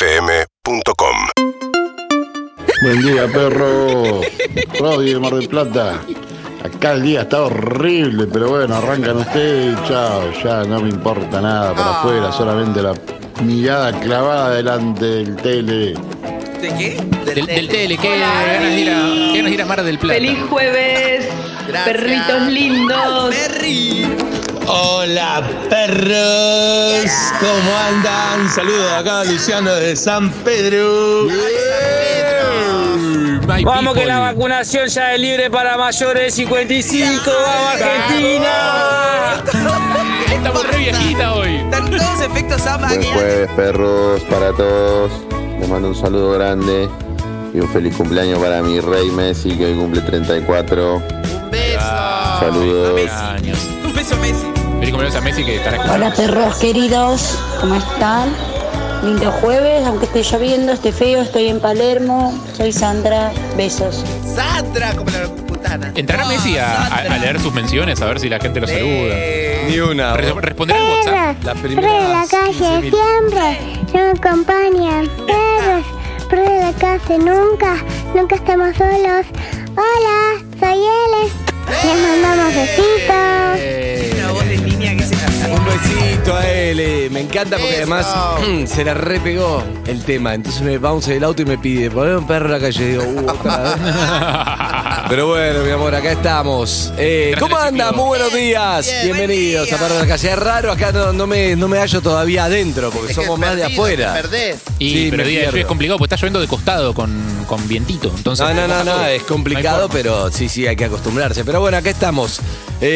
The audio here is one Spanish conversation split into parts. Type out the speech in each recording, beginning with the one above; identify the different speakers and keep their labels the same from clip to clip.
Speaker 1: UrbanaPlayFM.com
Speaker 2: Buen día, perro. Roddy de Mar del Plata. Acá el día está horrible, pero bueno, arrancan ustedes y chao. Ya no me importa nada para
Speaker 3: Ah.
Speaker 2: afuera, solamente la mirada clavada delante del tele.
Speaker 3: ¿De qué?
Speaker 4: Del, del tele, que ganas de ir a, qué ganas de ir a Mar del Plata.
Speaker 5: Feliz jueves,
Speaker 3: Gracias.
Speaker 5: perritos lindos.
Speaker 3: Merry.
Speaker 6: Hola perros, ¿cómo andan? Saludos acá Luciano de San Pedro.
Speaker 4: My
Speaker 7: Vamos que
Speaker 4: people.
Speaker 7: la vacunación ya es libre para mayores de 55. ¡Vamos Argentina!
Speaker 4: Estamos re viejita hoy.
Speaker 3: Están todos efectos Sama
Speaker 8: Buen
Speaker 3: que
Speaker 8: jueves, perros, para todos. Les mando un saludo grande y un feliz cumpleaños para mi rey Messi, que hoy cumple 34.
Speaker 3: Un beso.
Speaker 8: Saludos.
Speaker 4: Años.
Speaker 3: Un beso a Messi.
Speaker 4: Feliz cumpleaños a Messi que estará
Speaker 9: Hola
Speaker 4: escuchando.
Speaker 9: perros queridos, ¿cómo están? Lindo jueves, aunque esté lloviendo, esté feo, estoy en Palermo. Soy Sandra, besos.
Speaker 3: Sandra, como la Ah, putana.
Speaker 4: ¿Entrará Messi a, a- a leer sus menciones? A ver si la gente lo saluda.
Speaker 3: Ni un.
Speaker 4: Re- ¿Responderá al WhatsApp?
Speaker 10: Perros, perros de la calle siempre nos acompañan. Perros, perros de la calle nunca, nunca estamos solos. Hola, soy Eles.
Speaker 3: Eh.
Speaker 10: Les mandamos besitos.
Speaker 3: Una voz de niña que se
Speaker 11: Un
Speaker 3: casó.
Speaker 11: besito a él, eh. me encanta porque
Speaker 3: Eso.
Speaker 11: además mm, se la repegó el tema. Entonces me vamos en el auto y me pide, poner un perro en la calle. Digo, "Uh, otra vez". Pero bueno, mi amor, acá estamos. Eh,
Speaker 4: Tras
Speaker 11: ¿Cómo
Speaker 4: el
Speaker 11: anda?
Speaker 4: ciclo.
Speaker 11: Muy buenos días.
Speaker 3: Bien, buen
Speaker 11: Bienvenidos
Speaker 3: día.
Speaker 11: a Perro de la Calle. Es raro, acá no, no me, no me hallo todavía adentro porque somos más de afuera.
Speaker 3: Perdés.
Speaker 4: Y,
Speaker 11: Sí,
Speaker 4: pero día de
Speaker 11: me pierdo.
Speaker 4: lluvia es complicado porque está lloviendo de costado con, con vientito. Entonces,
Speaker 11: No, no, no, eh. no, es complicado,
Speaker 4: No hay forma.
Speaker 11: pero sí, sí, hay que acostumbrarse. Pero bueno, acá estamos.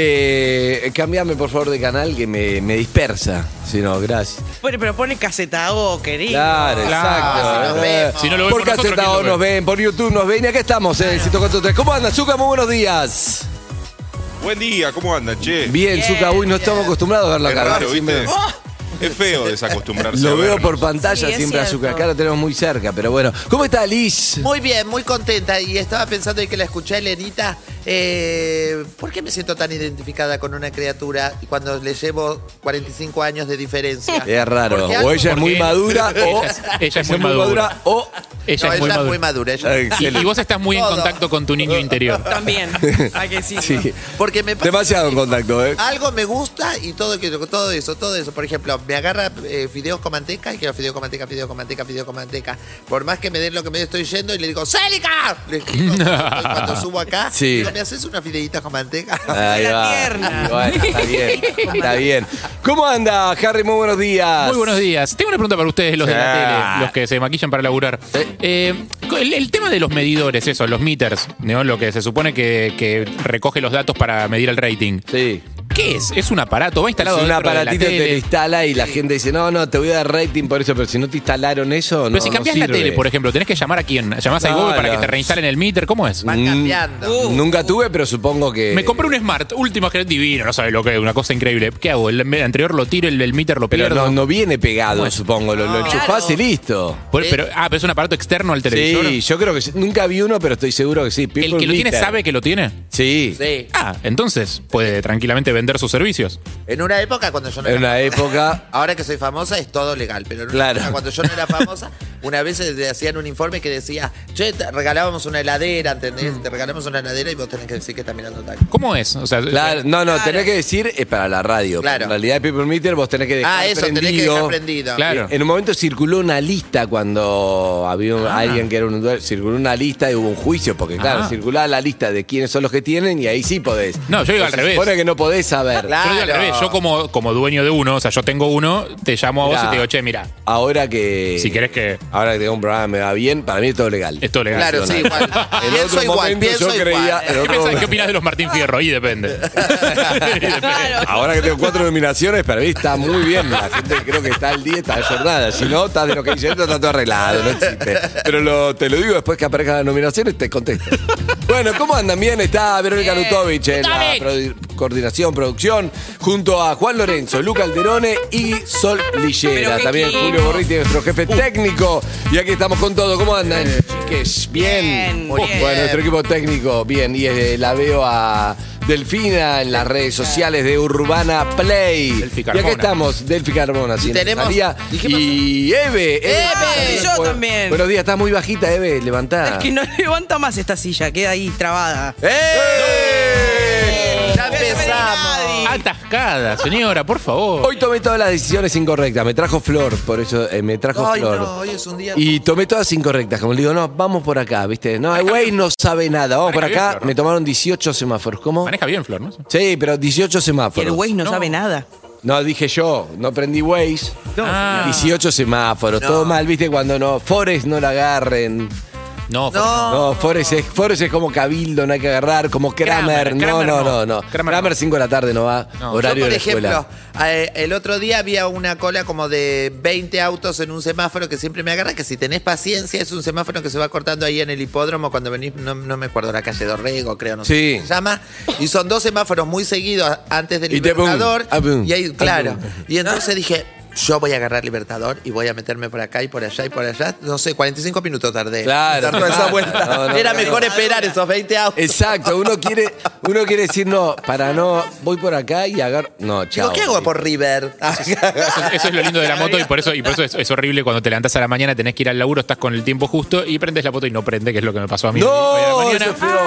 Speaker 11: Eh, cambiame por favor de canal que me, me dispersa. Si no, gracias.
Speaker 3: Bueno, pero pone casetado, querido.
Speaker 11: Claro,
Speaker 4: Claro,
Speaker 11: exacto.
Speaker 4: si nos
Speaker 11: Eh,
Speaker 4: vemos. Si no lo ven
Speaker 11: por
Speaker 4: por nosotros,
Speaker 11: Caceta
Speaker 4: ¿quién lo
Speaker 11: nos ven, por YouTube nos ven y acá estamos eh, en el 104.3. ¿Cómo andan, Zuka? Muy buenos días.
Speaker 10: Buen día, ¿cómo andan, che?
Speaker 11: Bien,
Speaker 3: Bien,
Speaker 11: Zuka, uy, no
Speaker 3: bien.
Speaker 11: estamos acostumbrados a ver la
Speaker 10: Es
Speaker 11: cara.
Speaker 10: raro,
Speaker 11: Siempre-
Speaker 10: ¿viste? Es feo desacostumbrarse.
Speaker 11: Lo
Speaker 10: a
Speaker 11: veo
Speaker 10: vernos.
Speaker 11: por pantalla
Speaker 5: Sí, es
Speaker 11: siempre a Zuka,
Speaker 5: cierto.
Speaker 11: acá lo tenemos muy cerca, pero bueno. ¿Cómo está Liz?
Speaker 3: Muy bien, muy contenta. Y estaba pensando en que la escuché a Elenita. eh, ¿Por qué me siento tan identificada con una criatura cuando le llevo 45 años de diferencia?
Speaker 11: Es raro.
Speaker 3: Porque
Speaker 11: O
Speaker 3: algo-
Speaker 11: ella es muy
Speaker 4: Porque
Speaker 11: madura
Speaker 4: ella
Speaker 11: o...
Speaker 4: es- ella es muy madura.
Speaker 11: o...
Speaker 4: Ella
Speaker 3: No,
Speaker 4: es muy
Speaker 3: ella es muy
Speaker 4: madura.
Speaker 3: madura. ella-
Speaker 4: Y, y vos estás muy en
Speaker 3: Todo.
Speaker 4: contacto con tu niño interior.
Speaker 3: También. Hay que sí.
Speaker 11: Sí.
Speaker 3: Porque me pasa
Speaker 11: Demasiado en contacto, ¿eh?
Speaker 3: algo me gusta y todo, que- todo eso, todo eso. Por ejemplo, me agarra eh, fideos con manteca y quiero fideos con manteca, fideos con manteca, fideos con manteca. Por más que me den lo que me estoy yendo y le digo, ¡Célica! Le digo, cuando subo acá,
Speaker 11: Sí.
Speaker 3: digo, ¿me haces una fideita con manteca?
Speaker 11: Ahí
Speaker 3: Era
Speaker 11: va.
Speaker 3: tierna.
Speaker 11: Bueno, está bien, está bien. ¿Cómo anda, Harry? Muy buenos días.
Speaker 4: Muy buenos días. Tengo una pregunta para ustedes, los de la
Speaker 11: Ah.
Speaker 4: tele, los que se maquillan para laburar. Eh, el, el tema de los medidores, eso, los meters, ¿no? lo que se supone que, que recoge los datos para medir el rating.
Speaker 11: Sí.
Speaker 4: ¿Qué es? ¿Es un aparato? ¿Va
Speaker 11: Es
Speaker 4: instalado
Speaker 11: un
Speaker 4: dentro de la
Speaker 11: aparatito que te
Speaker 4: tele?
Speaker 11: lo instala y la gente dice, no, no, te voy a dar rating por eso, pero si no te instalaron eso, no
Speaker 4: Pero si cambias
Speaker 11: no
Speaker 4: la
Speaker 11: sirve.
Speaker 4: tele, por ejemplo, ¿tenés que llamar a quién? ¿Llamás a
Speaker 11: No,
Speaker 4: Google para
Speaker 11: no.
Speaker 4: que te reinstalen el meter? ¿Cómo es?
Speaker 3: Van cambiando.
Speaker 11: Mm, Nunca tuve, pero supongo que...
Speaker 4: Me compré un Smart, última generación divino, no sabes lo que es, una cosa increíble. ¿Qué hago? El anterior lo tiro, el, el meter lo
Speaker 11: Pero
Speaker 4: pierdo.
Speaker 11: no, no viene pegado, supongo.
Speaker 3: Ah,
Speaker 11: Lo, lo enchufás y listo.
Speaker 4: Por- pero, ah, pero es un aparato externo al televisor.
Speaker 11: Eh, Sí, yo creo que sí. Nunca vi uno, pero estoy seguro que sí.
Speaker 4: ¿El que lo tiene sabe que lo tiene?
Speaker 11: Sí.
Speaker 4: Ah, entonces puede tranquilamente vender sus servicios.
Speaker 3: En una época cuando yo no
Speaker 11: En
Speaker 3: era
Speaker 11: una época...
Speaker 3: Ahora que soy famosa es todo legal, pero en una
Speaker 11: Claro.
Speaker 3: época, cuando yo no era famosa, una vez le hacían un informe que decía, che, te regalábamos una heladera, ¿entendés? Te regalamos una heladera y vos tenés que decir que está mirando tal.
Speaker 4: ¿Cómo es? O sea,
Speaker 11: Claro, no, no, tenés que decir es para la radio.
Speaker 3: Claro.
Speaker 11: En realidad, Paper Meter vos tenés que dejar
Speaker 3: Ah, eso,
Speaker 11: prendido.
Speaker 3: tenés que dejar prendido.
Speaker 4: Claro.
Speaker 11: En un momento circuló una lista cuando había un- alguien que era un usuario, circuló una lista y hubo un juicio, porque claro,
Speaker 4: Ah.
Speaker 11: circulaba la lista de quiénes son los que tienen y ahí sí podés.
Speaker 4: No, yo digo al
Speaker 11: Se
Speaker 4: revés.
Speaker 11: Supone que no podés saber.
Speaker 3: Claro.
Speaker 4: Yo lo digo al revés, yo como, como dueño de uno, o sea, yo tengo uno, te llamo a vos
Speaker 11: Mirá.
Speaker 4: y te digo, che, mira,
Speaker 11: Ahora que.
Speaker 4: si querés que
Speaker 11: Ahora que tengo un programa me va bien, para mí es todo legal.
Speaker 4: esto le
Speaker 3: Claro, sí, igual.
Speaker 11: En
Speaker 3: pienso
Speaker 11: otro
Speaker 3: igual,
Speaker 11: momento
Speaker 3: pienso
Speaker 11: yo creía.
Speaker 3: igual.
Speaker 11: en
Speaker 4: ¿Qué,
Speaker 11: otro
Speaker 4: pensás- qué
Speaker 11: momento-
Speaker 4: opinás de los Martín Fierro? Y depende. Y depende.
Speaker 11: Ahora que tengo cuatro nominaciones, para mí está muy bien. La gente creo que está al día, está jornada. Si no, estás de lo que dice esto, está todo arreglado, no existe. Pero lo- te lo digo después que aparezcan las nominaciones, te contesto. Bueno, ¿cómo andan? Bien, está Verónica Lutovich en la produ- coordinación, producción, junto a Juan Lorenzo, Luca Alderone y Sol Lillera. También Julio Borriti, nuestro jefe técnico. Y aquí estamos con todo. ¿Cómo andan, chiques? Bien.
Speaker 3: Bien, muy bien.
Speaker 11: Bueno, nuestro equipo técnico, bien. Y eh, la veo a Delfina en las redes sociales de Urbana Play.
Speaker 4: Delphi
Speaker 11: Y
Speaker 4: Carmona.
Speaker 11: acá estamos, Delphi Carmona, sí,
Speaker 10: Y tenemos-
Speaker 11: María. Y Eve.
Speaker 3: Eve,
Speaker 11: Rosario.
Speaker 3: yo
Speaker 11: Bu-
Speaker 3: también.
Speaker 11: Buenos días, está muy bajita, Eve, levantá.
Speaker 3: Es que no levanta más esta silla, queda ahí trabada.
Speaker 11: ¡Eh!
Speaker 10: Ya empezamos.
Speaker 4: Atascada, señora, por favor.
Speaker 11: Hoy tomé todas las decisiones incorrectas. Me trajo Flor, por eso eh, me trajo
Speaker 10: Ay,
Speaker 11: Flor.
Speaker 10: no, hoy es un día.
Speaker 11: Y tomé todas incorrectas. Como le digo, no, vamos por acá, ¿viste? No, el güey no sabe nada. Vamos por
Speaker 4: Maneja bien,
Speaker 11: acá.
Speaker 4: Flor, ¿no?
Speaker 11: Me tomaron 18 semáforos. ¿Cómo?
Speaker 4: Maneja bien, Flor, ¿no?
Speaker 11: Sí, pero 18
Speaker 3: Que el
Speaker 11: semáforos.
Speaker 3: güey no, sabe nada.
Speaker 11: No, dije yo, no aprendí Waze.
Speaker 4: Ah.
Speaker 11: 18 semáforos,
Speaker 10: No.
Speaker 11: todo mal, viste, cuando no, Forest no la agarren.
Speaker 4: No, Flor,
Speaker 10: No.
Speaker 11: No, Forest, es, Forest es como Cabildo, no hay que agarrar, como Kramer.
Speaker 4: Kramer,
Speaker 11: no,
Speaker 4: Kramer
Speaker 11: no,
Speaker 4: no.
Speaker 11: no, no.
Speaker 4: Kramer
Speaker 11: Kramer
Speaker 4: no.
Speaker 11: 5 de la tarde no va,
Speaker 4: No.
Speaker 11: horario
Speaker 10: Yo, por
Speaker 11: de la escuela.
Speaker 10: ejemplo, eh, el otro día había una cola como de 20 autos en un semáforo que siempre me agarra, que si tenés paciencia es un semáforo que se va cortando ahí en el hipódromo cuando venís, no, no me acuerdo, la calle Dorrego, creo, no
Speaker 11: Sí.
Speaker 10: sé cómo se llama. Y son dos semáforos muy seguidos antes del
Speaker 11: Y te pum,
Speaker 10: Libertador.
Speaker 11: ah, pum,
Speaker 10: y ahí,
Speaker 11: ah,
Speaker 10: claro.
Speaker 11: pum.
Speaker 10: Y entonces dije... Yo voy a agarrar Libertador y voy a meterme por acá y por allá y por allá. No sé, 45 minutos tardé.
Speaker 11: Claro.
Speaker 10: Tardó esa vuelta.
Speaker 11: No, no,
Speaker 10: Era
Speaker 11: no. Eh,
Speaker 10: mejor esperar esos 20 autos.
Speaker 11: Exacto, uno quiere, uno quiere decir no, para no, voy por acá y agarro. No,
Speaker 10: Digo,
Speaker 11: chao.
Speaker 10: ¿qué hago por River?
Speaker 4: Eso, eso es lo lindo de la moto y por eso, y por eso es, es horrible cuando te levantás a la mañana, tenés que ir al laburo, estás con el tiempo justo y prendes la moto y no prende, que es lo que me pasó a mí. Hoy a la
Speaker 11: No,
Speaker 4: mañana.
Speaker 11: eso es peor.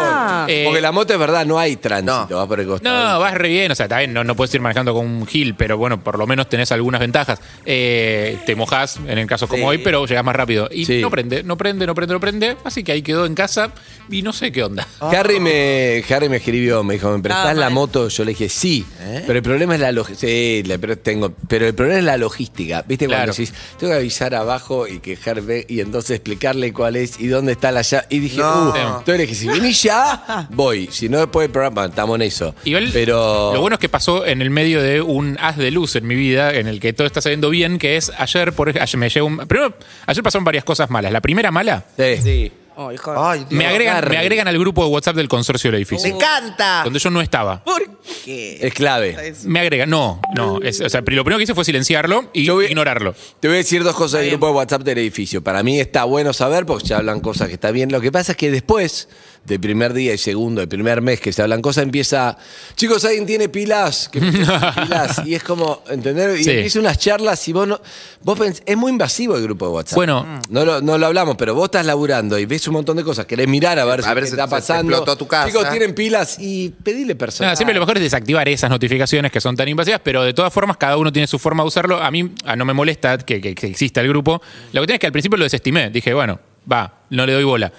Speaker 4: Eh,
Speaker 11: Porque la moto es verdad, no hay tránsito,
Speaker 10: No.
Speaker 11: va por el costado.
Speaker 4: No, vas re bien, o sea, está bien, no, no puedes ir manejando con un Gil, pero bueno, por lo menos tenés algunas ventajas. Eh, te mojás en el caso como
Speaker 10: Sí.
Speaker 4: hoy, pero llegás más rápido. Y
Speaker 11: Sí.
Speaker 4: no prende, no prende, no prende, no prende, así que ahí quedó en casa y no sé qué onda.
Speaker 11: Ah. Harry me, Harry me escribió, me dijo, ¿me prestás
Speaker 3: Nada
Speaker 11: la
Speaker 3: mal.
Speaker 11: moto? Yo le dije, sí. Pero el problema es la logística. Sí, la- pero, tengo, pero el problema es la logística. ¿Viste
Speaker 4: Claro.
Speaker 11: cuando decís, tengo que avisar abajo y que Harry ve- y entonces explicarle cuál es y dónde está la llave? Y dije,
Speaker 10: No.
Speaker 11: uh, entonces le dije, si venís ya, voy. Si no, después del programa, bueno, estamos en eso.
Speaker 4: Igual,
Speaker 11: pero
Speaker 4: Lo bueno es que pasó en el medio de un haz de luz en mi vida, en el que todo está saliendo bien, que es ayer, por ayer me llegó un. Primero, ayer pasaron varias cosas malas. La primera mala,
Speaker 11: Sí.
Speaker 3: Oh, hijo de-
Speaker 10: Ay, Dios.
Speaker 4: me agregan,
Speaker 11: Harry.
Speaker 4: me agregan al grupo de WhatsApp del consorcio del
Speaker 10: ¡Me
Speaker 4: edificio.
Speaker 10: encanta!
Speaker 4: Donde yo no estaba.
Speaker 3: ¿Por qué?
Speaker 11: es clave.
Speaker 4: Me agregan, no, no. es- o sea, lo primero que hice fue silenciarlo y
Speaker 11: Yo vi-
Speaker 4: ignorarlo.
Speaker 11: Te voy a decir dos cosas del grupo de WhatsApp del edificio. Para mí está bueno saber porque se hablan cosas que está bien. Lo que pasa es que después del primer día y segundo, del primer mes que se hablan cosas, empieza. Chicos, alguien tiene pilas. Que me tiene pilas. Y es como, ¿entender? Y
Speaker 4: Sí.
Speaker 11: empieza unas charlas y vos no. Vos pens- es muy invasivo el grupo de WhatsApp.
Speaker 4: Bueno.
Speaker 11: no lo, no lo hablamos, pero vos estás laburando y ves un montón de cosas. Querés mirar a ver
Speaker 10: A
Speaker 11: si
Speaker 10: ver
Speaker 11: qué
Speaker 10: si
Speaker 11: está
Speaker 10: se- se
Speaker 11: pasando.
Speaker 10: explotó tu casa.
Speaker 11: Chicos, tienen pilas y pedile personal.
Speaker 4: Nada, siempre lo mejor es desactivar esas notificaciones que son tan invasivas, pero de todas formas cada uno tiene su forma de usarlo. A mí ah, no me molesta que, que- que exista el grupo. La cuestión es que al principio lo desestimé. Dije, bueno, va, no le doy bola.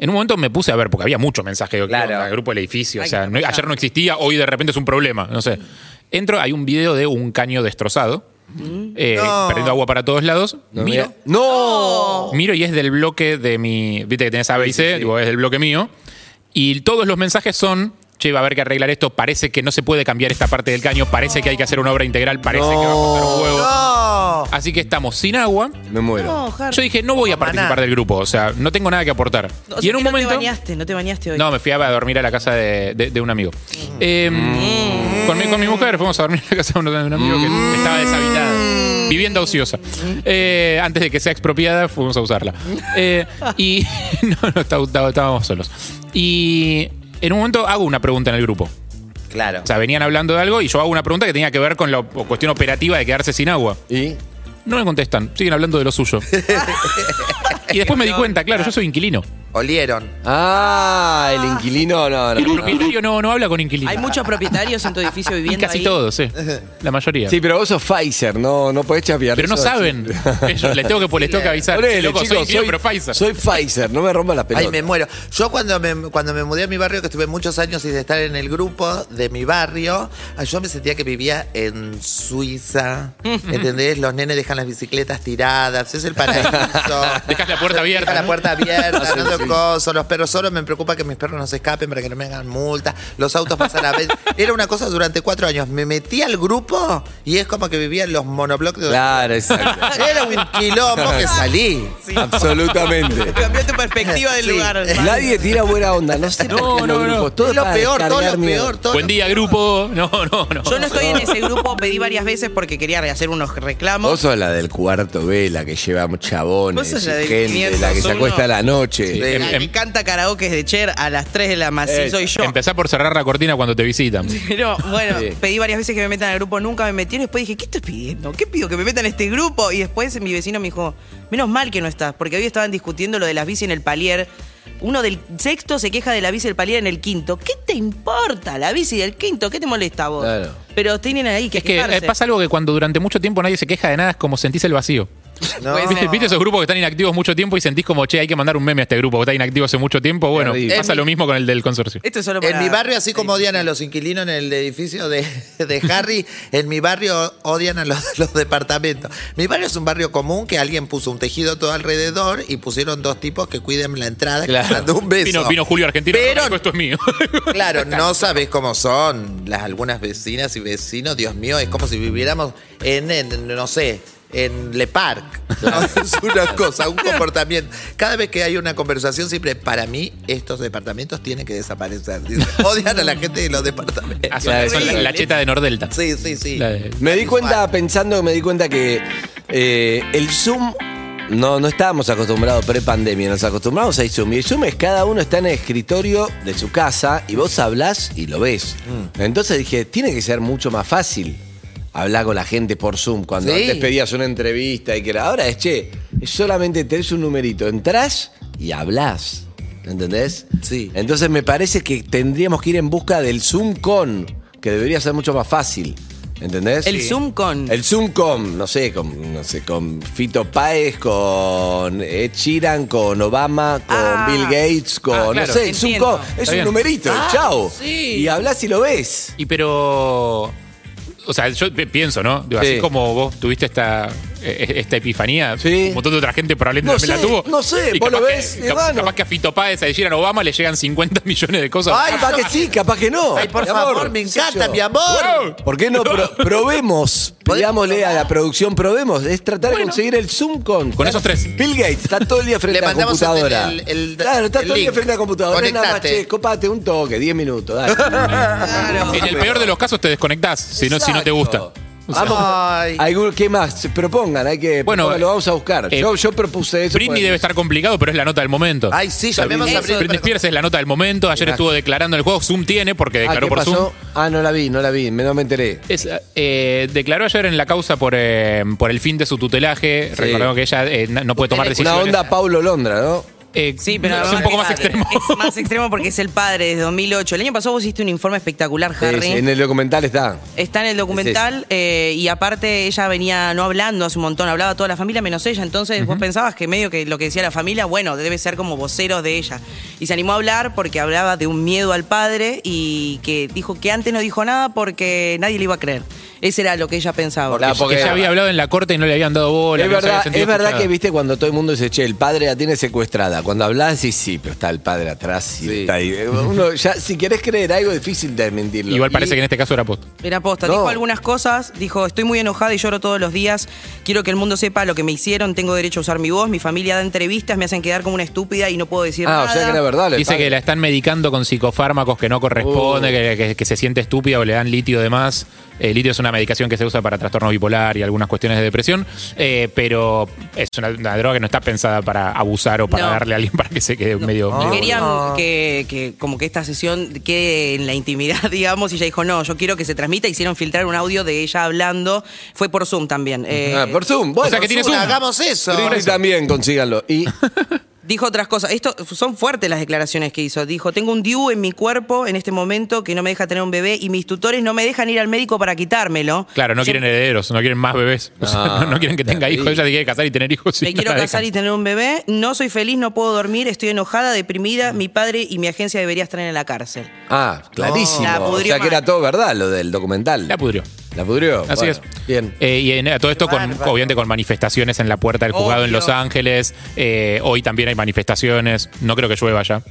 Speaker 4: En un momento me puse a ver, porque había mucho mensajeo que
Speaker 11: Claro.
Speaker 4: onda, el grupo del edificio.
Speaker 3: Ay,
Speaker 4: o sea,
Speaker 3: qué
Speaker 4: no- ayer no existía, hoy de repente es un problema, no sé. Entro, hay un video de un caño destrozado, eh, perdiendo agua para todos lados.
Speaker 11: No,
Speaker 4: miro,
Speaker 11: mira. ¡No!
Speaker 4: Miro y es del bloque de mi. Viste que tenés A, B y C, digo, es del bloque mío. Y todos los mensajes son. Che, va a haber que arreglar esto. Parece que no se puede cambiar esta parte del caño. Parece que hay que hacer una obra integral. Parece que va a costar huevo.
Speaker 10: ¡No!
Speaker 4: Así que estamos sin agua.
Speaker 11: Me muero.
Speaker 3: No, Harry.
Speaker 4: Yo dije, no voy a
Speaker 10: Maná.
Speaker 4: participar del grupo. O sea, no tengo nada que aportar.
Speaker 3: O sea
Speaker 4: y en un
Speaker 3: que No te
Speaker 4: momento.
Speaker 3: bañaste, no te bañaste hoy.
Speaker 4: No, me fui a dormir a la casa de, de- de un amigo. Eh, con, mi, con mi mujer fuimos a dormir a la casa de un, de un amigo que estaba deshabitada. Vivienda ociosa. Eh, antes de que sea expropiada, fuimos a usarla. Eh, y no, no, está- está- estábamos solos. Y en un momento hago una pregunta en el grupo.
Speaker 10: Claro.
Speaker 4: O sea, venían hablando de algo y yo hago una pregunta que tenía que ver con la op- cuestión operativa de quedarse sin agua.
Speaker 11: ¿Y?
Speaker 4: No me contestan, siguen hablando de lo suyo. y después me di cuenta, claro, yo soy inquilino.
Speaker 10: Olieron.
Speaker 11: Ah, el inquilino, no, no.
Speaker 4: El
Speaker 11: no.
Speaker 4: propietario no, no habla con inquilino.
Speaker 3: Hay muchos propietarios en tu edificio
Speaker 4: Y
Speaker 3: viviendo
Speaker 4: casi
Speaker 3: ahí.
Speaker 4: todos, sí. La mayoría.
Speaker 11: Sí, pero vos sos Pfizer, no, no podés chapear.
Speaker 4: pero no
Speaker 11: eso.
Speaker 4: saben. Ellos les tengo que, les tengo que avisar.
Speaker 11: Ponele,
Speaker 4: Sí, loco,
Speaker 11: chicos,
Speaker 4: soy, inquilino,
Speaker 11: soy-
Speaker 4: pero Pfizer.
Speaker 11: Soy Pfizer, no me rompa la pelota.
Speaker 10: Ay, me muero. Yo cuando me, cuando me mudé a mi barrio, que estuve muchos años sin estar en el grupo de mi barrio, ay, yo me sentía que vivía en Suiza. ¿Entendés? Los nenes dejan las bicicletas tiradas, es el paraíso.
Speaker 4: Dejas la puerta abierta,
Speaker 10: Dejan la
Speaker 4: ¿no?
Speaker 10: puerta abierta, no lo coso. Los perros solos, me preocupa que mis perros no se escapen para que no me hagan multa. Los autos pasan a ver. Era una cosa durante cuatro años. Me metí al grupo y es como que vivía en los monoblocks de
Speaker 11: Claro, exacto.
Speaker 10: Era un quilombo que salí.
Speaker 11: Absolutamente.
Speaker 3: Cambió tu perspectiva del
Speaker 10: Sí.
Speaker 3: lugar.
Speaker 11: Nadie tira buena onda, no sé
Speaker 4: No,
Speaker 11: por
Speaker 4: no,
Speaker 11: qué los
Speaker 4: no.
Speaker 11: grupos, todo
Speaker 10: es lo
Speaker 11: para
Speaker 10: peor, todo lo
Speaker 11: descargar miedo.
Speaker 10: peor, todo
Speaker 4: Buen
Speaker 10: lo
Speaker 4: día, grupo. No, no, no.
Speaker 3: Yo no estoy en ese grupo, pedí varias veces porque quería hacer unos
Speaker 11: Vos
Speaker 3: reclamos.
Speaker 11: sos la del cuarto B, la que lleva
Speaker 3: Vos
Speaker 11: chabones,
Speaker 3: sos la del
Speaker 11: gente, la que
Speaker 3: 501.
Speaker 11: se acuesta a la noche.
Speaker 10: Sí.
Speaker 3: La
Speaker 4: Em-
Speaker 3: que
Speaker 4: em-
Speaker 3: canta karaoke de Cher a las 3 de la mañana soy yo.
Speaker 4: Empezá por cerrar la cortina cuando te visitan.
Speaker 3: Pero bueno, pedí varias veces que me metan al grupo, nunca me metieron. Después dije, ¿qué estoy pidiendo? ¿Qué pido? Que me metan a este grupo. Y después mi vecino me dijo, menos mal que no estás, porque hoy estaban discutiendo lo de las bici en el palier. Uno del sexto se queja de la bici del palier en el quinto. ¿Qué te importa la bici del quinto? ¿Qué te molesta a vos?
Speaker 4: Claro.
Speaker 3: Pero tienen ahí que
Speaker 4: Es que eh,
Speaker 3: quejarse.
Speaker 4: pasa algo que cuando durante mucho tiempo nadie se queja de nada es como sentís el vacío. ¿Viste, viste esos grupos que están inactivos mucho tiempo y sentís como, che, hay que mandar un meme a este grupo que está inactivo hace mucho tiempo? Bueno,
Speaker 10: Terrible.
Speaker 3: Eh,
Speaker 4: pasa lo mismo con el del consorcio.
Speaker 3: Esto es solo
Speaker 10: En mi barrio, así como odian a los inquilinos en el edificio de, de Harry, en mi barrio odian a los, los departamentos. Mi barrio es un barrio común que alguien puso un tejido todo alrededor y pusieron dos tipos que cuiden la entrada. que les mando un beso.
Speaker 4: Vino, vino Julio Argentino,
Speaker 10: Pero-
Speaker 4: dijo, esto es mío.
Speaker 10: Claro, no sabes cómo son las algunas vecinas y vecinos. Dios mío, es como si viviéramos en, en, no sé, en Le Parc. ¿no? Es una cosa, un comportamiento. Cada vez que hay una conversación, siempre para mí estos departamentos tienen que desaparecer. Dice, odian a la gente de los departamentos.
Speaker 4: Ah, son- son la, la cheta de Nordelta.
Speaker 10: Sí, sí, sí.
Speaker 4: La de-
Speaker 11: Me di cuenta, pensando, me di cuenta que eh, el Zoom. No, no estábamos acostumbrados pre-pandemia, nos acostumbramos a Zoom. Y el Zoom es cada uno está en el escritorio de su casa y vos hablás y lo ves. Entonces dije, tiene que ser mucho más fácil hablar con la gente por Zoom. Cuando
Speaker 10: Sí.
Speaker 11: antes pedías una entrevista y que era, ahora es, che, es solamente tenés un numerito, entrás y hablás. ¿Entendés? Sí. Entonces me parece que tendríamos que ir en busca del Zoom con, que debería ser mucho más fácil. ¿Entendés?
Speaker 3: El Zoom con.
Speaker 11: El Zoom con, no sé, con, no sé, con Fito Páez, con Ed Sheeran, con Obama, con Bill Gates, con,
Speaker 4: Ah,
Speaker 11: no
Speaker 4: claro.
Speaker 11: sé, el Zoom
Speaker 4: Entiendo.
Speaker 11: con. Es
Speaker 4: Está
Speaker 11: un
Speaker 4: bien.
Speaker 11: numerito,
Speaker 4: Ah,
Speaker 11: chao.
Speaker 4: sí.
Speaker 11: Y hablas y lo ves.
Speaker 4: Y pero. O sea, yo pi- pienso, ¿no? Digo,
Speaker 11: Sí.
Speaker 4: Así como vos tuviste esta, eh, esta epifanía, un montón de otra gente probablemente
Speaker 11: No
Speaker 4: también
Speaker 11: sé,
Speaker 4: la tuvo.
Speaker 11: no sé,
Speaker 4: Y
Speaker 11: vos lo
Speaker 4: capaz
Speaker 11: ves,
Speaker 4: que-
Speaker 11: y
Speaker 4: cap-
Speaker 11: bueno.
Speaker 4: capaz que a Fito Páez, a Sheeran Obama le llegan 50 millones de cosas.
Speaker 11: Ay, capaz que sí, capaz que no.
Speaker 10: Ay, por
Speaker 11: Mi
Speaker 10: favor, me
Speaker 11: qué sé
Speaker 10: encanta,
Speaker 11: yo.
Speaker 10: mi amor.
Speaker 11: ¿Por qué no pro- probemos? Pidámosle a la producción, probemos. Es tratar de conseguir el Zoom con.
Speaker 4: Con esos tres.
Speaker 11: Bill Gates está todo el día frente
Speaker 10: Le
Speaker 11: a la
Speaker 10: mandamos el-
Speaker 11: computadora.
Speaker 10: el- el-
Speaker 11: claro, está
Speaker 10: el
Speaker 11: todo el día
Speaker 10: link.
Speaker 11: frente a la computadora. Es Nada más,
Speaker 10: Conectate.
Speaker 11: che, copate un toque, 10 minutos, dale.
Speaker 4: en el peor de los casos te desconectás, si no, si no te gusta. O sea,
Speaker 11: Vamos,
Speaker 10: Ay.
Speaker 11: algún- ¿Qué más? Se Propongan, hay que.
Speaker 4: Bueno,
Speaker 11: Bueno, lo vamos a buscar.
Speaker 4: eh,
Speaker 11: yo, yo propuse eso.
Speaker 4: Britney
Speaker 11: pues-
Speaker 4: debe estar complicado, pero es la nota del momento.
Speaker 10: Ay, sí, llamemos a
Speaker 4: Britney
Speaker 10: Britney.
Speaker 4: Spears es la nota del momento. Ayer estuvo declarando en el juego. Zoom tiene, porque
Speaker 11: Ah,
Speaker 4: declaró
Speaker 11: ¿qué
Speaker 4: por Zoom.
Speaker 11: pasó? Ah, no la vi, no la vi, me- no me enteré.
Speaker 4: Es, eh, declaró ayer en la causa por, eh, por el fin de su tutelaje. Recordemos que ella eh, na- no puede tomar
Speaker 11: Una
Speaker 4: decisiones.
Speaker 11: onda Paulo Londra, ¿no?
Speaker 4: Eh,
Speaker 3: Sí, pero
Speaker 4: es un
Speaker 3: además
Speaker 4: poco más
Speaker 3: padre.
Speaker 4: extremo.
Speaker 3: Es más extremo porque es el padre desde 2008. El año pasado vos hiciste un informe espectacular,
Speaker 11: Sí,
Speaker 3: Harry.
Speaker 11: sí, en el documental está.
Speaker 3: Está en el documental eh, y aparte ella venía no hablando hace un montón, hablaba toda la familia menos ella, entonces vos pensabas que medio que lo que decía la familia, bueno, debe ser como voceros de ella. Y se animó a hablar porque hablaba de un miedo al padre y que dijo que antes no dijo nada porque nadie le iba a creer. Ese era lo que ella pensaba.
Speaker 11: Porque Ah,
Speaker 4: Porque ella había hablado en la corte y no le habían dado bola.
Speaker 11: Es
Speaker 4: que no se había
Speaker 11: verdad,
Speaker 4: sentido
Speaker 11: es verdad
Speaker 4: escuchada.
Speaker 11: que viste cuando todo el mundo dice, che, el padre la tiene secuestrada. Cuando hablas, sí, sí, pero está el padre atrás y está ahí. Uno ya, si querés creer algo, es difícil de mentirlo.
Speaker 4: Igual
Speaker 11: Y-
Speaker 4: parece que en este caso era post.
Speaker 3: Era posta,
Speaker 11: No.
Speaker 3: dijo algunas cosas, dijo, estoy muy enojada y lloro todos los días, quiero que el mundo sepa lo que me hicieron, tengo derecho a usar mi voz, mi familia da entrevistas, me hacen quedar como una estúpida y no puedo decir
Speaker 11: Ah,
Speaker 3: nada.
Speaker 11: o sea que era verdad. lo del
Speaker 4: Dice
Speaker 11: padre.
Speaker 4: que la están medicando con psicofármacos que no corresponde, que, que- que se siente estúpida o le dan litio de más. El litio es una medicación que se usa para trastorno bipolar y algunas cuestiones de depresión, eh, pero es una, una droga que no está pensada para abusar o para
Speaker 3: No.
Speaker 4: darle a alguien para que se quede medio...
Speaker 11: Ah,
Speaker 4: medio-
Speaker 3: Querían que, que como que esta sesión quede en la intimidad, digamos, y ella dijo, no, yo quiero que se transmita, hicieron filtrar un audio de ella hablando, fue por Zoom también. Eh,
Speaker 11: Ah, por Zoom. Bueno,
Speaker 4: o sea que tiene
Speaker 11: Zoom.
Speaker 4: Zoom.
Speaker 10: Hagamos eso.
Speaker 11: Britney también, consíganlo. Y
Speaker 3: Dijo otras cosas. Esto son fuertes las declaraciones que hizo. Dijo, tengo un DIU en mi cuerpo en este momento que no me deja tener un bebé y mis tutores no me dejan ir al médico para quitármelo.
Speaker 4: Claro, no
Speaker 3: Yo
Speaker 4: quieren herederos, no quieren más bebés. O sea,
Speaker 11: No,
Speaker 4: No, quieren que tenga hijos. Ella se quiere casar y tener hijos. y
Speaker 3: Me
Speaker 4: no
Speaker 3: quiero
Speaker 4: la
Speaker 3: casar y
Speaker 4: dejan.
Speaker 3: tener un bebé. No soy feliz, no puedo dormir, estoy enojada, deprimida. Mi padre y mi agencia debería estar en la cárcel.
Speaker 11: Ah, clarísimo.
Speaker 3: La
Speaker 11: o
Speaker 3: pudrió
Speaker 11: sea que era
Speaker 3: mal.
Speaker 11: todo verdad lo del documental.
Speaker 4: La pudrió.
Speaker 11: La pudrió.
Speaker 4: Así
Speaker 11: bueno,
Speaker 4: es.
Speaker 11: Bien.
Speaker 4: Eh, y en- todo esto, con, obviamente, con manifestaciones en la puerta del juzgado en
Speaker 3: Obvio.
Speaker 4: Los Ángeles. Eh, hoy también hay manifestaciones. No creo que llueva ya.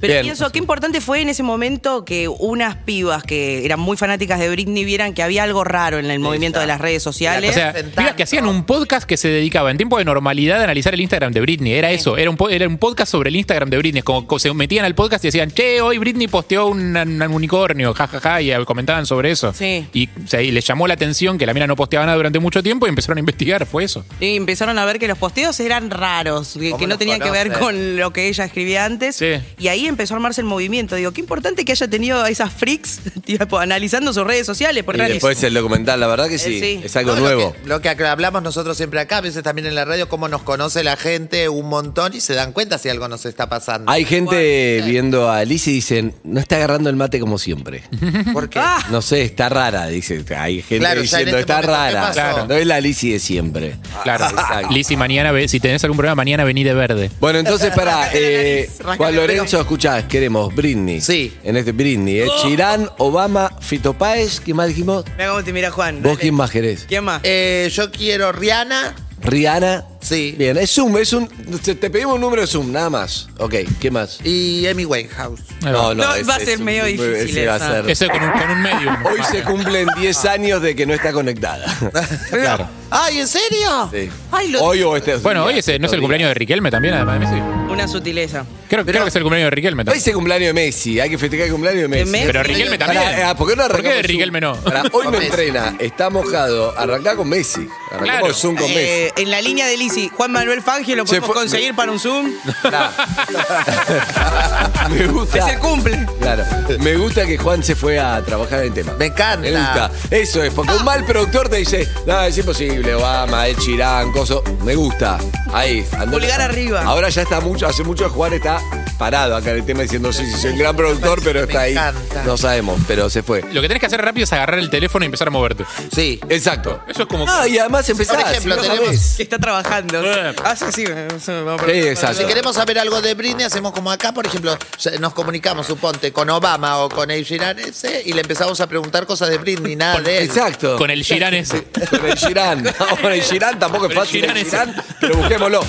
Speaker 3: Pero
Speaker 11: Bien.
Speaker 3: pienso, qué importante fue en ese momento que unas pibas que eran muy fanáticas de Britney vieran que había algo raro en el movimiento de las redes sociales.
Speaker 4: O sea, pibas que hacían un podcast que se dedicaba en tiempo de normalidad a analizar el Instagram de Britney. Era eso, era un, po- era un podcast sobre el Instagram de Britney. Es Como co- se metían al podcast y decían, che, hoy Britney posteó un, un unicornio, jajaja, y eh, comentaban sobre eso.
Speaker 3: Sí.
Speaker 4: Y, o sea, y les llamó la atención que la mina no posteaba nada durante mucho tiempo y empezaron a investigar, fue eso.
Speaker 3: Y empezaron a ver que los posteos eran raros, que,
Speaker 4: ¿Cómo
Speaker 3: que no
Speaker 4: los
Speaker 3: tenían que ver
Speaker 4: conoce?
Speaker 3: con lo que ella escribía antes. Y ahí empezó a armarse el movimiento. Digo, qué importante que haya tenido a esas freaks tipo, analizando sus redes sociales.
Speaker 11: Y
Speaker 3: Porque
Speaker 11: después el documental, la verdad que sí.
Speaker 3: sí.
Speaker 11: Es algo
Speaker 10: Eh, No, lo
Speaker 11: nuevo.
Speaker 10: que- Lo que, hablamos nosotros siempre acá, a veces también en la radio, cómo nos conoce la gente un montón y se dan cuenta si algo nos está pasando.
Speaker 11: Hay gente viendo a Liz y dicen, no está agarrando el mate como siempre.
Speaker 10: ¿Por qué?
Speaker 11: No sé, está rara, dice. Hay gente
Speaker 10: Claro, ya en
Speaker 11: diciendo,
Speaker 10: este
Speaker 11: está
Speaker 10: momento, ¿qué
Speaker 11: rara.
Speaker 10: pasó? Claro.
Speaker 11: No es la Lizzie de siempre.
Speaker 4: Claro.
Speaker 11: Ah, Exacto.
Speaker 4: Liz, y mañana, ve- si tenés algún problema, mañana vení de verde.
Speaker 11: Bueno, entonces para Juan
Speaker 4: rascate el
Speaker 11: Lorenzo, escuchá, queremos Britney. Sí. En este Britney,
Speaker 10: Oh.
Speaker 11: ¿eh? Chirán, Obama, Fito Páez, ¿qué más dijimos?
Speaker 3: Mira cómo te mira Juan.
Speaker 11: ¿Vos quién más querés?
Speaker 3: ¿Quién más?
Speaker 4: Eh.
Speaker 10: Eh, yo quiero Rihanna.
Speaker 11: Rihanna.
Speaker 10: Sí.
Speaker 11: Bien, es Zoom, es un. Te, te pedimos un número de Zoom, nada más. Ok, ¿qué más?
Speaker 10: Y Amy Winehouse.
Speaker 11: No, no,
Speaker 10: No,
Speaker 11: ese
Speaker 10: va a
Speaker 11: es
Speaker 10: ser
Speaker 11: un-
Speaker 10: medio
Speaker 11: ese
Speaker 10: difícil
Speaker 11: va
Speaker 10: esa.
Speaker 11: a ser-
Speaker 4: Ese con un- con un medium.
Speaker 11: Hoy se cumplen 10 años de que no está conectada. claro.
Speaker 10: ¡Ay, en serio!
Speaker 11: Sí.
Speaker 3: Ay, lo-
Speaker 11: Hoy o este.
Speaker 4: Bueno, hoy ese, no es el cumpleaños de Riquelme también, además de Messi.
Speaker 3: Una sutileza.
Speaker 4: Creo, creo que es el cumpleaños de Riquelme
Speaker 11: Hoy
Speaker 4: también.
Speaker 11: es el cumpleaños de Messi, hay que festejar el cumpleaños de Messi.
Speaker 4: Messi. Pero Riquelme también.
Speaker 11: Pará, ah, ¿Por qué no
Speaker 4: ¿Por qué
Speaker 11: arrancamos
Speaker 4: de
Speaker 11: Zoom?
Speaker 4: Riquelme no?
Speaker 11: Pará, hoy
Speaker 4: Con
Speaker 11: no
Speaker 4: Messi.
Speaker 11: entrena, está mojado, arrancá con Messi. Arrancamos
Speaker 4: Claro.
Speaker 11: Zoom con Messi.
Speaker 3: Eh, en la línea de Lisi, Juan Manuel Fangio lo
Speaker 11: Se
Speaker 3: podemos
Speaker 11: fue-
Speaker 3: conseguir para un Zoom.
Speaker 11: Me gusta.
Speaker 3: Que se cumple.
Speaker 11: Claro. Me gusta que Juan se fue a trabajar en el tema. Me
Speaker 10: encanta.
Speaker 11: Me gusta. Eso es, porque un mal productor te dice, no, es imposible, Obama, el Chirán, coso. Me gusta. Ahí. andá.
Speaker 3: Pulgar arriba.
Speaker 11: Ahora ya está mucho, hace mucho Juan está parado acá en el tema diciendo, sí, sí, soy un gran productor, pero está ahí. No sabemos, pero se fue.
Speaker 4: Lo que tenés que hacer rápido es agarrar el teléfono y empezar a moverte.
Speaker 10: Sí.
Speaker 11: Exacto.
Speaker 4: Eso es como.
Speaker 11: Ah, y además empezás.
Speaker 10: Por ejemplo,
Speaker 11: si no
Speaker 10: tenemos-
Speaker 11: sabés.
Speaker 3: Que está trabajando. Ah, Hace así. Vamos
Speaker 11: Sí, exacto.
Speaker 10: Si queremos saber algo de Britney, hacemos como acá, por ejemplo, ya nos comunicamos, suponte, con Obama o con el Girán ese y le empezamos a preguntar cosas de Britney, nada de él.
Speaker 11: Exacto.
Speaker 4: Con el Girán ese.
Speaker 11: Con el Girán. Ahora el Girán tampoco es
Speaker 4: Con el
Speaker 11: fácil.
Speaker 4: Girán
Speaker 11: el
Speaker 4: ese.
Speaker 11: Girán, pero busquémoslo.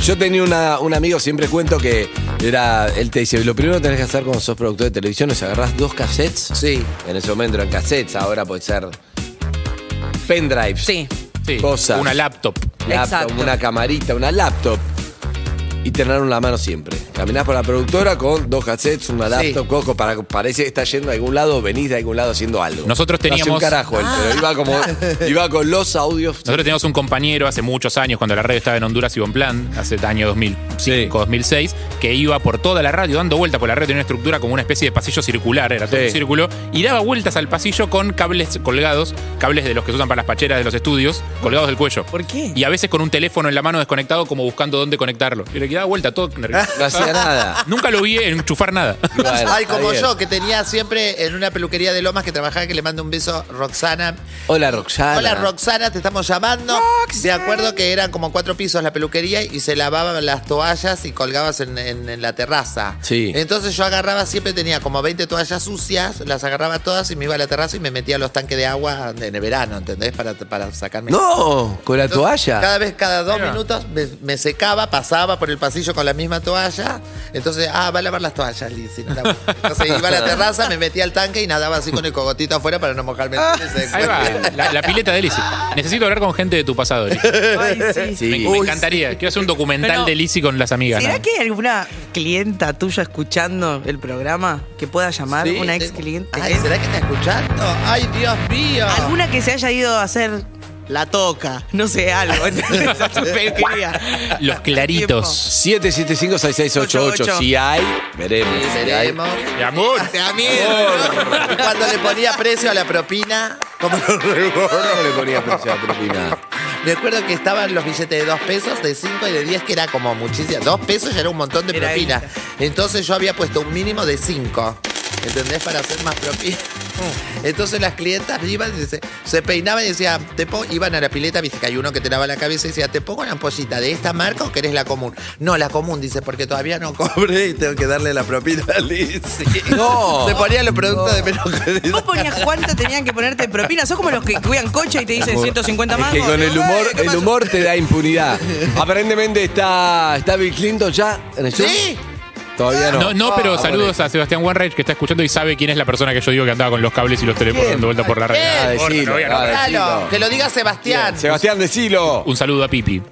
Speaker 11: Yo tenía una- un amigo, siempre cuento que era. Él te dice: Lo primero que tenés que hacer cuando sos productor de televisión es agarrás dos cassettes.
Speaker 10: Sí.
Speaker 11: En ese momento eran cassettes, ahora puede ser pendrives.
Speaker 3: Sí.
Speaker 4: Sí,
Speaker 11: Cosas.
Speaker 4: Una laptop.
Speaker 11: Laptop,
Speaker 4: Exacto.
Speaker 11: una camarita, una laptop. Y tener una mano siempre. Caminás por la productora con dos cassettes, una laptop, coco, para, parece que estás yendo a algún lado, venís de algún lado haciendo algo.
Speaker 4: Nosotros
Speaker 11: No hace
Speaker 4: teníamos- Ah.
Speaker 11: un carajo, él, pero iba como. iba con los audios.
Speaker 4: Nosotros teníamos un compañero hace muchos años, cuando la radio estaba en Honduras y Bonplan, hace año 2005, 2006, que iba por toda la radio dando vueltas, por la radio tenía una estructura como una especie de pasillo circular, era todo un círculo, y daba vueltas al pasillo con cables colgados, cables de los que se usan para las pacheras de los estudios, colgados del cuello.
Speaker 3: ¿Por qué?
Speaker 4: Y a veces con un teléfono en la mano desconectado, como buscando dónde conectarlo. Y le daba vuelta todo nervioso.
Speaker 11: No hacía nada.
Speaker 4: Nunca lo vi enchufar nada.
Speaker 10: Ay, como yo, que tenía siempre en una peluquería de Lomas que trabajaba, que le mando un beso, Roxana.
Speaker 11: Hola, Roxana.
Speaker 10: Hola, Roxana, te estamos llamando. De acuerdo que eran como cuatro pisos la peluquería y se lavaban las toallas y colgabas en, en- en la terraza.
Speaker 11: Sí.
Speaker 10: Entonces yo agarraba, siempre tenía como 20 toallas sucias, las agarraba todas y me iba a la terraza y me metía a los tanques de agua en el verano, ¿entendés? Para, para sacarme.
Speaker 11: No, con la
Speaker 10: Entonces,
Speaker 11: toalla.
Speaker 10: Cada vez, cada dos minutos me, me secaba, pasaba por el pasillo con la misma toalla. Entonces, ah, va a lavar las toallas, Liz. y no la- Entonces iba a la terraza, me metía al tanque y nadaba así con el cogotito afuera para no mojarme. Entonces,
Speaker 4: Ah, Ahí va, la, la pileta de Lizzy. Necesito hablar con gente de tu pasado, Lizzy.
Speaker 3: sí.
Speaker 4: Me, me
Speaker 3: Uy,
Speaker 4: encantaría. Quiero hacer un documental
Speaker 3: Pero-
Speaker 4: de Lizzy con las amigas.
Speaker 3: ¿Será
Speaker 4: ¿no?
Speaker 3: que hay alguna clienta tuya escuchando el programa que pueda llamar?
Speaker 10: Sí,
Speaker 3: una ex
Speaker 10: tengo-
Speaker 3: cliente.
Speaker 10: Ay, ¿será que está escuchando? Ay, Dios mío.
Speaker 3: Alguna que se haya ido a hacer la toca, no sé, algo. ¿entendés? A su peluquería.
Speaker 4: Los claritos.
Speaker 11: 775-6688. Si hay, veremos.
Speaker 10: Sí,
Speaker 11: Si hay.
Speaker 10: veremos.
Speaker 4: Mi amor.
Speaker 10: Te da miedo, ¿no? Cuando le ponía precio a la propina, como lo
Speaker 11: No le ponía precio a la propina.
Speaker 10: Me acuerdo que estaban los billetes de 2 pesos, de 5 y de 10, que era como muchísimo. 2 pesos ya era un montón de
Speaker 3: Era
Speaker 10: propina. Entonces yo había puesto un mínimo de 5. ¿Entendés? Para hacer más propina. Entonces las clientas iban y se, se peinaban y decían, te pongo- iban a la pileta, viste que hay uno que te lava la cabeza y decía, ¿te pongo una ampollita de esta marca o querés la común? No, la común, dice, porque todavía no cobré y tengo que darle la propina a Liz.
Speaker 11: No.
Speaker 10: Se ponían los productos de menos
Speaker 3: Vos ponías cuánto tenían que ponerte propina. Sos como los que cuidan coche y te dicen 150
Speaker 11: Es
Speaker 3: más.
Speaker 11: que con el humor, el humor te da impunidad. Aparentemente está, está Bill Clinton ya en el show.
Speaker 10: Sí.
Speaker 11: Todavía no.
Speaker 4: No, no, pero
Speaker 11: Ah,
Speaker 4: saludos a Sebastián Wanreich que está escuchando y sabe quién es la persona que yo digo que andaba con los cables y los teléfonos dando vuelta por la red.
Speaker 11: Ah,
Speaker 4: No importa,
Speaker 11: decilo,
Speaker 4: no voy a
Speaker 11: ah,
Speaker 4: nombrar.
Speaker 10: Claro,
Speaker 11: decilo.
Speaker 10: que lo diga Sebastián.
Speaker 11: Sebastián, decilo.
Speaker 4: Un saludo a Pipi.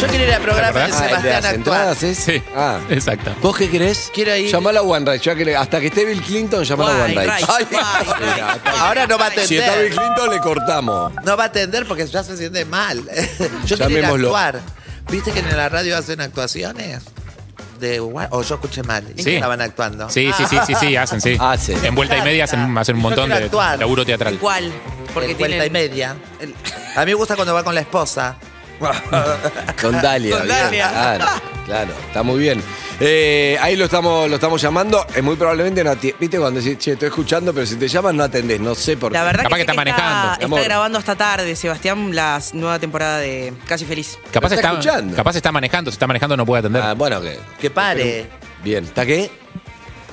Speaker 10: Yo quiero ir al programa
Speaker 11: ¿Verdad? Ah, el
Speaker 10: de
Speaker 11: de
Speaker 10: Sebastián
Speaker 11: las
Speaker 10: actual.
Speaker 11: entradas, ¿es?
Speaker 4: Sí,
Speaker 11: Ah.
Speaker 4: exacto.
Speaker 11: ¿Vos qué querés?
Speaker 10: Quiero ir.
Speaker 11: Llamala a One Right. Hasta que esté Bill Clinton, llamala a
Speaker 3: Guay,
Speaker 11: One Right.
Speaker 3: Rice,
Speaker 11: Ay,
Speaker 3: guay,
Speaker 11: mira,
Speaker 3: Rice.
Speaker 10: Ahora no va a
Speaker 11: Si está Bill
Speaker 10: atender.
Speaker 11: Clinton, le cortamos.
Speaker 10: No va a atender porque ya se siente mal. Yo quiero ir a
Speaker 11: Llamémoslo.
Speaker 10: actuar. ¿Viste que en la radio hacen actuaciones? De, gua- o yo escuché mal. ¿Y
Speaker 4: Sí.
Speaker 10: qué estaban actuando?
Speaker 4: Sí, sí, sí, sí, sí, hacen, sí.
Speaker 11: Hace.
Speaker 4: En vuelta y media hacen, hacen un
Speaker 10: Yo
Speaker 4: montón
Speaker 10: quiero
Speaker 4: de
Speaker 10: actuar.
Speaker 4: laburo teatral.
Speaker 3: ¿Cuál?
Speaker 10: Porque
Speaker 3: Porque
Speaker 10: vuelta y
Speaker 3: tiene.
Speaker 10: media. A mí me gusta cuando va con la esposa.
Speaker 11: Con Dalia.
Speaker 3: Con
Speaker 11: bien.
Speaker 3: Dalia.
Speaker 11: Claro, claro. Está muy bien. Eh, ahí lo estamos, lo estamos llamando. Eh, muy probablemente no ati- Viste cuando decís, che, estoy escuchando, pero si te llaman no atendés. No sé por qué.
Speaker 3: La verdad
Speaker 4: Capaz
Speaker 3: que, sé
Speaker 4: que está manejando,
Speaker 11: mi amor.
Speaker 3: está grabando hasta tarde, Sebastián, la nueva temporada de Casi Feliz.
Speaker 4: Capaz
Speaker 11: Lo está
Speaker 4: está,
Speaker 11: escuchando.
Speaker 4: capaz está manejando, se está manejando, no puede atender.
Speaker 11: Ah, bueno, que.
Speaker 10: Que pare.
Speaker 11: Bien. ¿Está qué?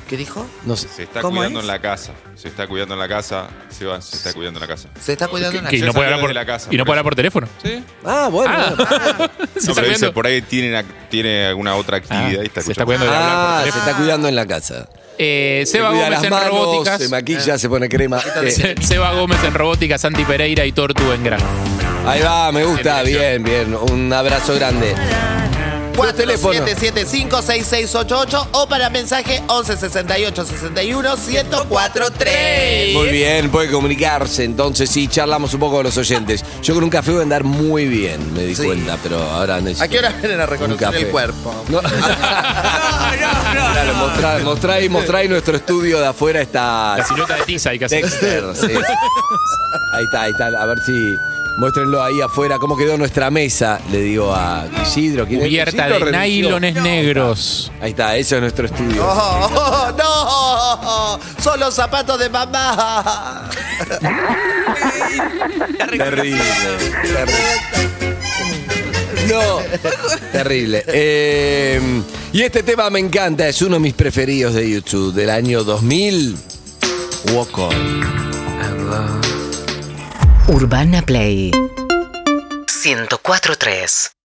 Speaker 10: ¿Qué dijo?
Speaker 11: No sé.
Speaker 12: Se está
Speaker 3: ¿Cómo
Speaker 12: cuidando
Speaker 3: es?
Speaker 12: en la casa. Se está cuidando en la casa. Se va, se está cuidando en la casa.
Speaker 10: Se está cuidando
Speaker 4: Que-
Speaker 10: una
Speaker 4: que
Speaker 12: Yo
Speaker 4: no puede
Speaker 12: salí
Speaker 4: hablar por,
Speaker 12: de la casa,
Speaker 4: y no
Speaker 12: por
Speaker 4: puede
Speaker 12: eso.
Speaker 4: hablar por teléfono.
Speaker 12: Sí.
Speaker 11: Ah, bueno.
Speaker 4: Se
Speaker 11: bueno.
Speaker 12: No,
Speaker 4: está
Speaker 12: pero dice,
Speaker 4: cuidando.
Speaker 12: por ahí tiene, una- tiene alguna otra actividad
Speaker 4: Ah,
Speaker 12: y está
Speaker 4: se está
Speaker 12: escuchando.
Speaker 4: cuidando de hablar por
Speaker 11: Ah, se
Speaker 4: teléfono.
Speaker 11: está cuidando en la casa.
Speaker 4: Eh,
Speaker 11: Se
Speaker 4: Seba
Speaker 11: cuida
Speaker 4: Gómez
Speaker 11: las
Speaker 4: en
Speaker 11: manos,
Speaker 4: robóticas. Ah.
Speaker 11: Se maquilla, se pone crema. Eh,
Speaker 4: Se- Seba Gómez en robóticas, Santi Pereira y Tortu en grano.
Speaker 11: Eh, ahí va, me gusta. Bien, bien. Un abrazo grande. teléfono.
Speaker 10: 47756688 o para mensaje 1168-61-1043.
Speaker 11: Muy bien, puede comunicarse. Entonces, sí, charlamos un poco con los oyentes. Yo con un café voy a andar muy bien, me di
Speaker 10: Sí.
Speaker 11: cuenta, pero ahora necesito.
Speaker 10: ¿A qué hora vienen a reconocer
Speaker 11: café.
Speaker 10: el cuerpo?
Speaker 11: No, no, Claro, mostrá, mostrá y mostrá y nuestro estudio de afuera está.
Speaker 4: La silueta de tiza hay que hacer.
Speaker 11: Dexter, sí. Ahí está, ahí está. A ver si. Muéstrenlo ahí afuera, cómo quedó nuestra mesa, le digo a Isidro. ¿quién es?
Speaker 4: Cubierta de
Speaker 11: Isidro renunció.
Speaker 4: nylones negros.
Speaker 11: Ahí está, eso es nuestro estudio.
Speaker 10: Oh, no, son los zapatos de mamá.
Speaker 11: Terrible, terrible. No, terrible. Eh, y este tema me encanta, es uno de mis preferidos de YouTube del año 2000. Walk on.
Speaker 13: Urbana Play 104.3